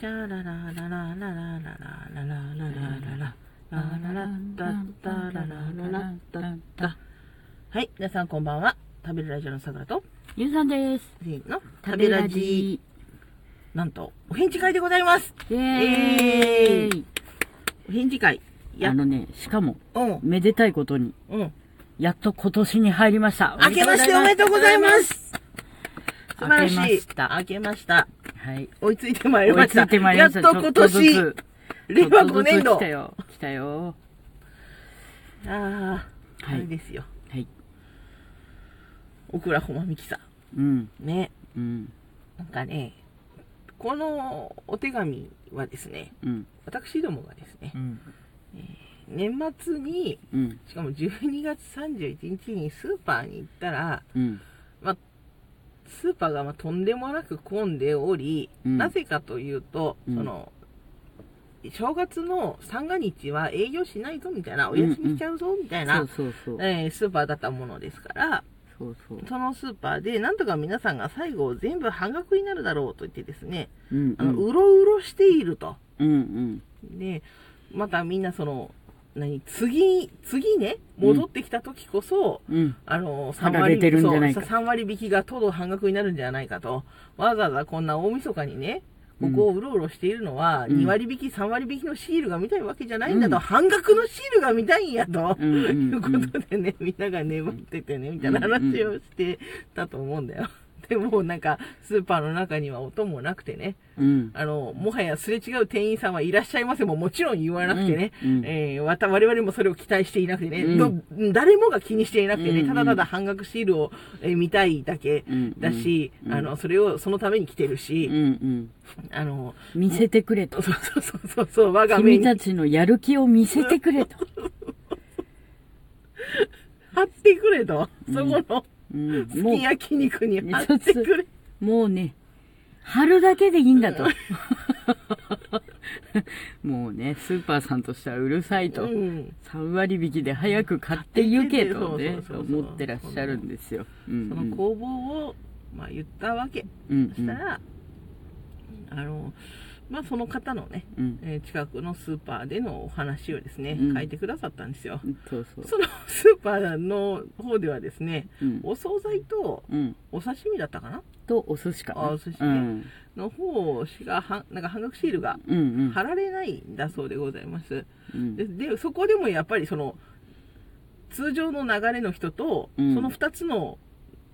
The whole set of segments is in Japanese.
チャララララララララララララララララッタッタララララッタッタはい皆さんこんばんは食べるラジオのさくらとゆうさんです。せーの食べラジなんとお返事会でございますイエーイ。お返事会やあのね、しかも、うんめでたいことに、うんやっと今年に入りました。明けましておめでとうございま。す素晴らしい明けました明けましたはい。追いついてまいり追まいしつたいてまいりました。やっと今年ちょっとずつ令和5年ちょっとずつ度来たよ。来たよ。ああ、はいあれですよ。はい。オクラホマミキさうん。ん。ね。うん。なんかね、このお手紙はですね、うん。私どもがですねう、ん。年末に、うん。しかも12月31日にスーパーに行ったら、うん。まあ、スーパーがまあとんでもなく混んでおり、うんなぜかというと、うんその、正月の三が日は営業しないぞみたいな、お休みしちゃうぞみたいな、そうそうそう。えースーパーだったものですから、そうそう。そのスーパーで、なんとか皆さんが最後全部半額になるだろうと言ってですね、うん。あのうろうろしていると。うん。うん。で、またみんなその、何、次、次ね、戻ってきた時こそ、うん。あの、ま3だ割出てるんじゃないそうか3割引きがとど半額になるんじゃないかと。わざわざこんな大晦日にね、ここをうろうろしているのは、うん2割引き、3割引きのシールが見たいわけじゃないんだと、うん半額のシールが見たいんやと。うんうんいうんうことでね、みんなが粘っててね、みたいな話をしてたと思うんだよ。でもなんか、スーパーの中には音もなくてね、うん。あの、もはやすれ違う店員さんはいらっしゃいませももちろん言わなくてね、うんうんえーわた我々もそれを期待していなくてね、うんど誰もが気にしていなくてね、うんただただ半額シールを、えー見たいだけだし、うんうんあの、それをそのために来てるうん。うし、ん。あの、見せてくれそうと。そうそうそうそう、我が目君にたちのやる気を見せてくれと。貼ってくれと、そこの、うん。すもうき、焼き肉に貼ってくれ。もうね、貼るだけでいいん だと。もうね、スーパーさんとしてはうるさいと。うん3割引きで早く買って行けとそね、うそうそうそう思ってらっしゃるんですよ。うんそうんの工房を、まあ、言ったわけうんしたら、あのまあ、その方のね、うんえー近くのスーパーでのお話をですね、うん書いてくださったんですよう。んそうそう。そのスーパーの方ではですね、うんお惣菜とうん。お刺身だったかなと、お寿司かな。あお寿司うねん。の方しかはなんか半額シールがうんうん貼られないんだそうでございます。うんででそこでもやっぱりその通常の流れの人と、うんその2つの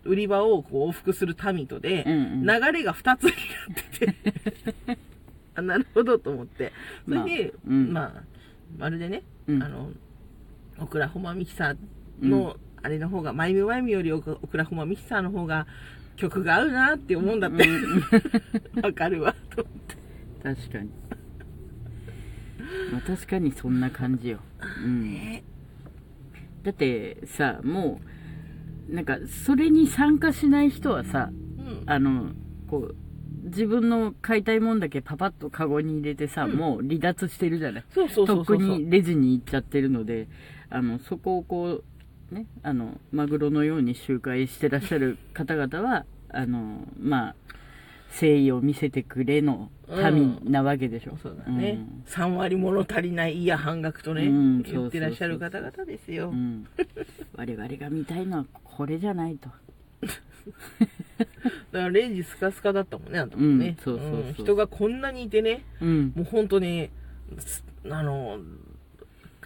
売り場をこう往復する民とで、うんうん流れが2つになってて あなるほどと思ってそれで、まあうんまあまるでね、うんあのオクラホマミキサーの、あれの方がマイミマイミよりオクオクラホマミキサーの方が曲が合うなって思うんだって わ、かるわと思って確かに。まあ確かにそんな感じよ。うん。ねだってさもうなんかそれに参加しない人はさうんあのこう自分の買いたいもんだけパパッとカゴに入れてさ、うんもう離脱してるじゃないそうそうそうそうとっくにレジに行っちゃってるのであのそこをこうねあのマグロのように周回してらっしゃる方々はあのまあ誠意を見せてくれの民なわけでしょ、そうだね、3割もの足りないいや半額とね、うん言ってらっしゃる方々ですよ、うん、うん、我々が見たいのはこれじゃないとだからレンジスカスカだったもんねあんたもね、うんそうそうそうん人がこんなにいてねうんもうほんとねすあの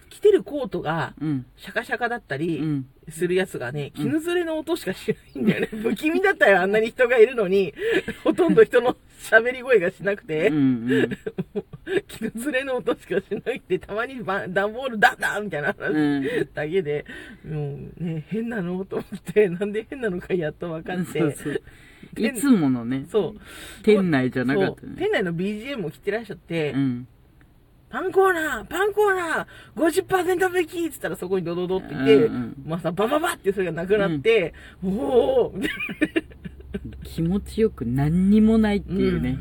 着てるコートがうん。シャカシャカだったうりん。するやつがね、絹ずれの音しかしないんだよね、 不気味だったよあんなに人がいるのに ほとんど人の喋り声がしなくて、うんうん。絹ずれの音しかしなくてたまにば段ボールダンダンみたいな話うんだけで、もうね、変なのと思って、 なんで変なのかやっと分かって。そうそう。店いつものね、そう店内じゃなかったそうね。店内の BGM を着てらっしゃって、うん。パンコーナーパンコーナー !50% 引きっつったらそこにドドドっていて、うんうんまあさ、バババってそれがなくなって、おーみたい気持ちよく何にもないっていううねん。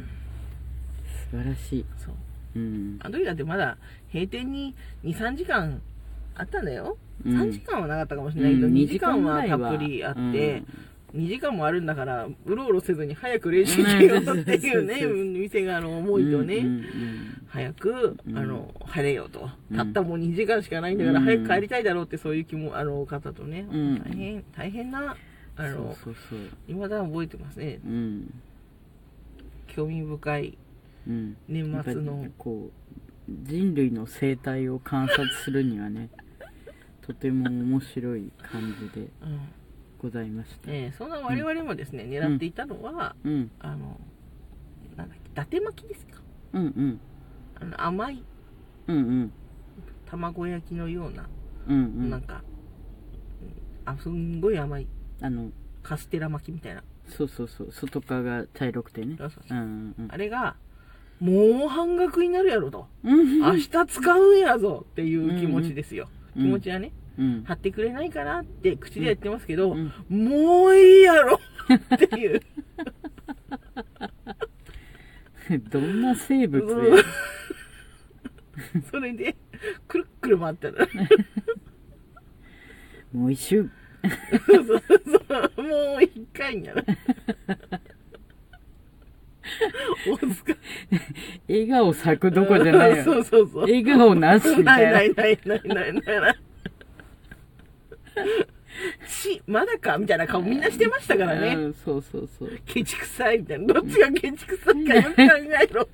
素晴らしい。な。そう。うん。あの時だってまだ閉店に2、3時間あったんだよ。うん3時間はなかったかもしれないけど、うん2時間は二時た間っぐらいはぷりあって、 2時間もあるんだからうろうろせずに早く練習しようっていうね うんそうそうそうそう店側の思いとね、うんうん早く、うんあの晴れよとうんたったもう2時間しかないんだからうん早く帰りたいだろうってそういう気もあの方とね、うん大変大変なうんあのそうそうそう未だ覚えてますねうん興味深いうん年末のやっぱりこう人類の生態を観察するには ねとても面白い感じでうんございました、ええそんな我々もですね、狙っていたのはうん、あのなんだっけ伊達巻きですかうんうんあの甘いうんうん卵焼きのような、うんうなんんかうんあすんごい甘いあのカステラ巻きみたいなそうそうそう外側が茶色くてねそうそううそうんうんあれがもう半額になるやろとうん明日使うんやぞっていう気持ちですよ、うん気持ちはねうん貼ってくれないかなって口でやってますけど、うんもういいやろっていう どんな生物うやんそれでくるっくる回ったらもう一周そうそうそうもう一回になる大塚笑顔咲くどこじゃな いそようそうそう笑顔なしみなたいいなないないないないないない。ち、まだかみたいな顔みんなしてましたからね。うんそうそうそうケチくさいみたいな。どっちがケチくさいかよく考えろ。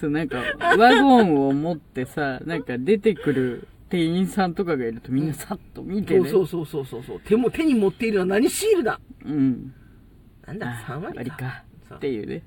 そうなんかワゴンを持ってさなんか出てくる店員さんとかがいるとみんなさっと見てそねうそうそうそうそうそう。手も手に持っているのは何シールだうんなんだ、あ3割か。割かそうっていうね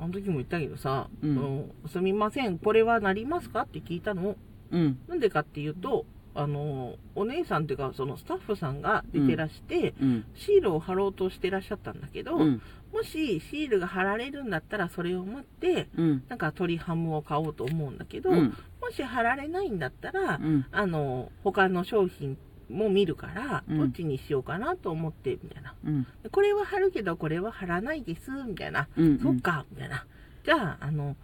あの時も言ったけどさ、うんあのすみません、これはなりますかって聞いたの。うんなんでかっていうと、あの、お姉さんっていうか、そのスタッフさんが出てらして、うんシールを貼ろうとしてらっしゃったんだけど、うんもしシールが貼られるんだったらそれを待ってうんなんか鶏ハムを買おうと思うんだけど、うんもし貼られないんだったら、うんあの他の商品も見るから、うんどっちにしようかなと思ってみたいなうんこれは貼るけどこれは貼らないですみたいな、うんそっかみたいなじゃああの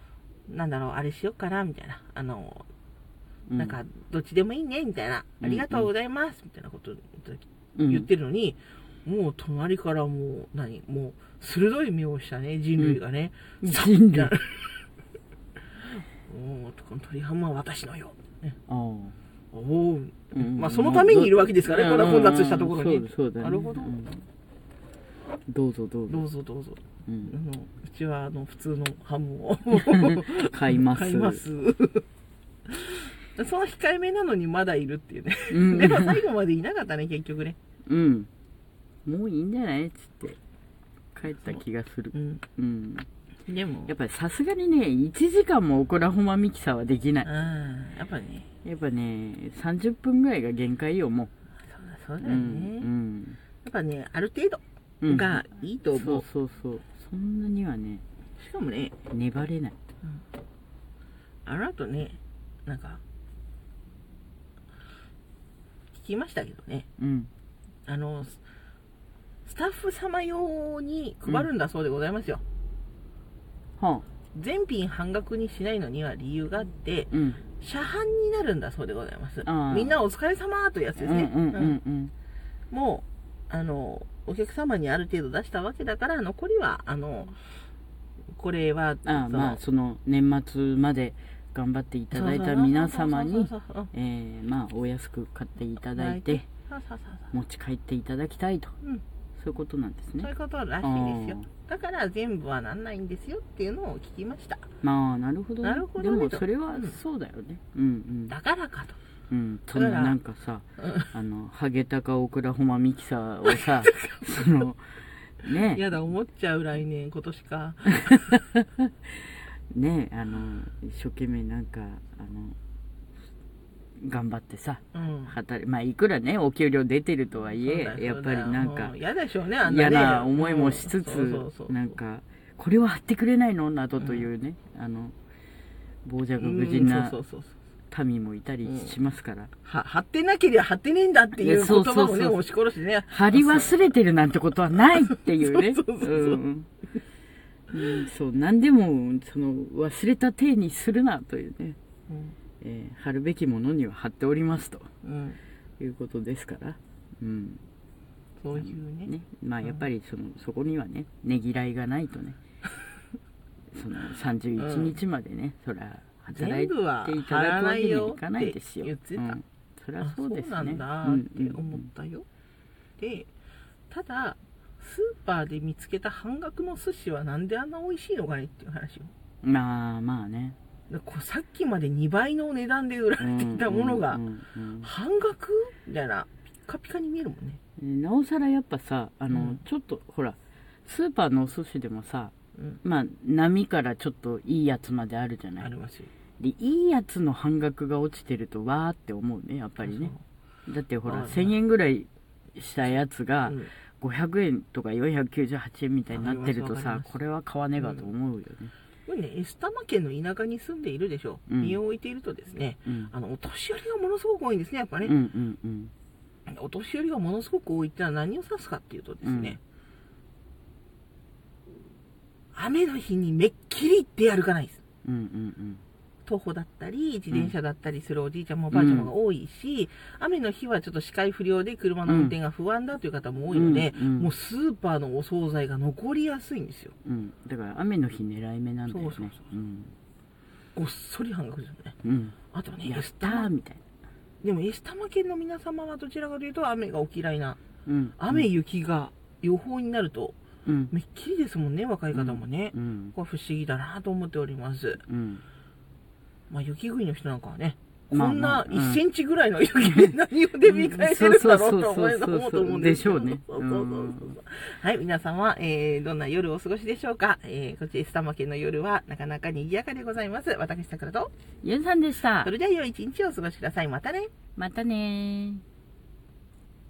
なんだろうあれしようかなみたいなあの、うなんかどっちでもいいねみたいな、うんありがとうございますみたいなことうん言ってるのに、もう隣からもう何もう鋭い目をしたね人類がね、人類あ おおこの鳥浜は私のよ、ね、あおお、うんまあそのためにいるわけですからね、うこんんな混雑したところに、うんそうだねなるほど、うんどうぞどうぞどうぞどうぞうあんのうちはあの普通のハムを 買います買いますその控えめなのにまだいるっていうねうんでも最後までいなかったね結局ね、うんもういいんじゃないっつって帰った気がするうん、うんでもやっぱりさすがにね1時間もオクラホマミキサーはできないうんやっぱねやっぱね30分ぐらいが限界よもそうだそうう、だよね、うんやっぱねある程度うんがいいとそう思う、そうそうそんなにはねしかもね粘れないあの後ねなんか聞きましたけどねうんあのススタッフ様用に配るんだそうでございますよ、はあ全品半額にしないのには理由があってうん車販になるんだそうでございますあーみんなお疲れ様というやつうでんすうんね、ううんんうんもうあのお客様にある程度出したわけだから残りはあのこれはああそのまあその年末まで頑張っていただいた皆様にそうそうそうそうえーまあお安く買っていただいてそうそうそう持ち帰っていただきたいとそううんそういうことなんですそういねうことらしいですよ。だから全部はなんないんですよっていうのを聞きました。まあなるほどねなるほどでねもとそれはうんそうだよねうんうんだからかと。うん、そだのからなんかさうんあのハゲタカオクラホマミキサーを さそのねやだ、思っちゃう来年、今年か。ねあの一生懸命なんかあの頑張ってさうん。働いまあいくらねお給料出てるとはいそうえだよやっぱりなんもかう嫌でしょうね、あんね嫌な思いもしつうんそうそうつそうなんかこれは貼ってくれないのなどというね、あの傍若無人うんなそうそうそうそう民もいたりしますから、は貼ってなけりゃ貼ってねえんだっていういや言そうそ葉うそもうね、押し殺してね。貼り忘れてるなんてことはないっていう ね。そうそうそうそううんうん、そう何でもその忘れた体にするなというね、うんえー貼るべきものには貼っておりますとうん。いうことですから、うん、そういうねね、まあやっぱりそのそこにはねねぎらいがないとね その31日までね、そりゃ働いていただくわけにはいかないですよ全部は払わないよって言ってたうん、そりゃあそうですねなんだうっんて思ったよ、でただスーパーで見つけた半額の寿司はなんであんな美味しいのかねっていう話ようんまあまあねでこうさっきまで2倍のお値段で売ら れていたものがうんうんうん半額みたいなピッカピカに見えるもんねうんなおさらやっぱさあの、うんちょっとほらスーパーのお寿司でもさうんまあ波からちょっといいやつまであるじゃなあいりますよでいいやつの半額が落ちてるとわーって思うねやっぱりねだってほはいらはい1000円ぐらいしたやつそがううん500円とか498円みたいになってるとわかりさますこれは買わねばと思うよね、これねエスタマ県の田舎に住んでいるでしょ、ううん身を置いているとですねうん、あのお年寄りがものすごく多いんですねやっぱうねん、うんうんお年寄りがものすごく多いってのは何を指すかっていうとですね、雨の日にめっきり行って歩かないですうんうん徒歩だったり自転車だったりするおじいちゃんもおばあちゃまが多いし、雨の日はちょっと視界不良で車の運転が不安だという方も多いので、うんうんもうスーパーのお惣菜が残りやすいんですようんうんだから雨の日狙い目なんだよねそうそうそううんごっそり半額ですよねうんあとねやエっスたターみたいなでもエスタマ県の皆様はどちらかというと雨がお嫌いなうん雨雪が予報になるとうんめっきりですもんね若い方もね、うんこれ不思議だなと思っております。うんまあ、雪国の人なんかはね、こまあんなまあうん1センチぐらいの雪で何をで見返してるんだろうと思いうんそうそうそうそう思うと思うんですけどでしょうねそうそうそうそううんはい、皆様、えーどんな夜をお過ごしでしょうか。えーこちら、エスタマ家の夜はなかなか賑やかでございます。私、桜と。ゆんさんでしたそれでは良い一日をお過ごしください。またね。またねー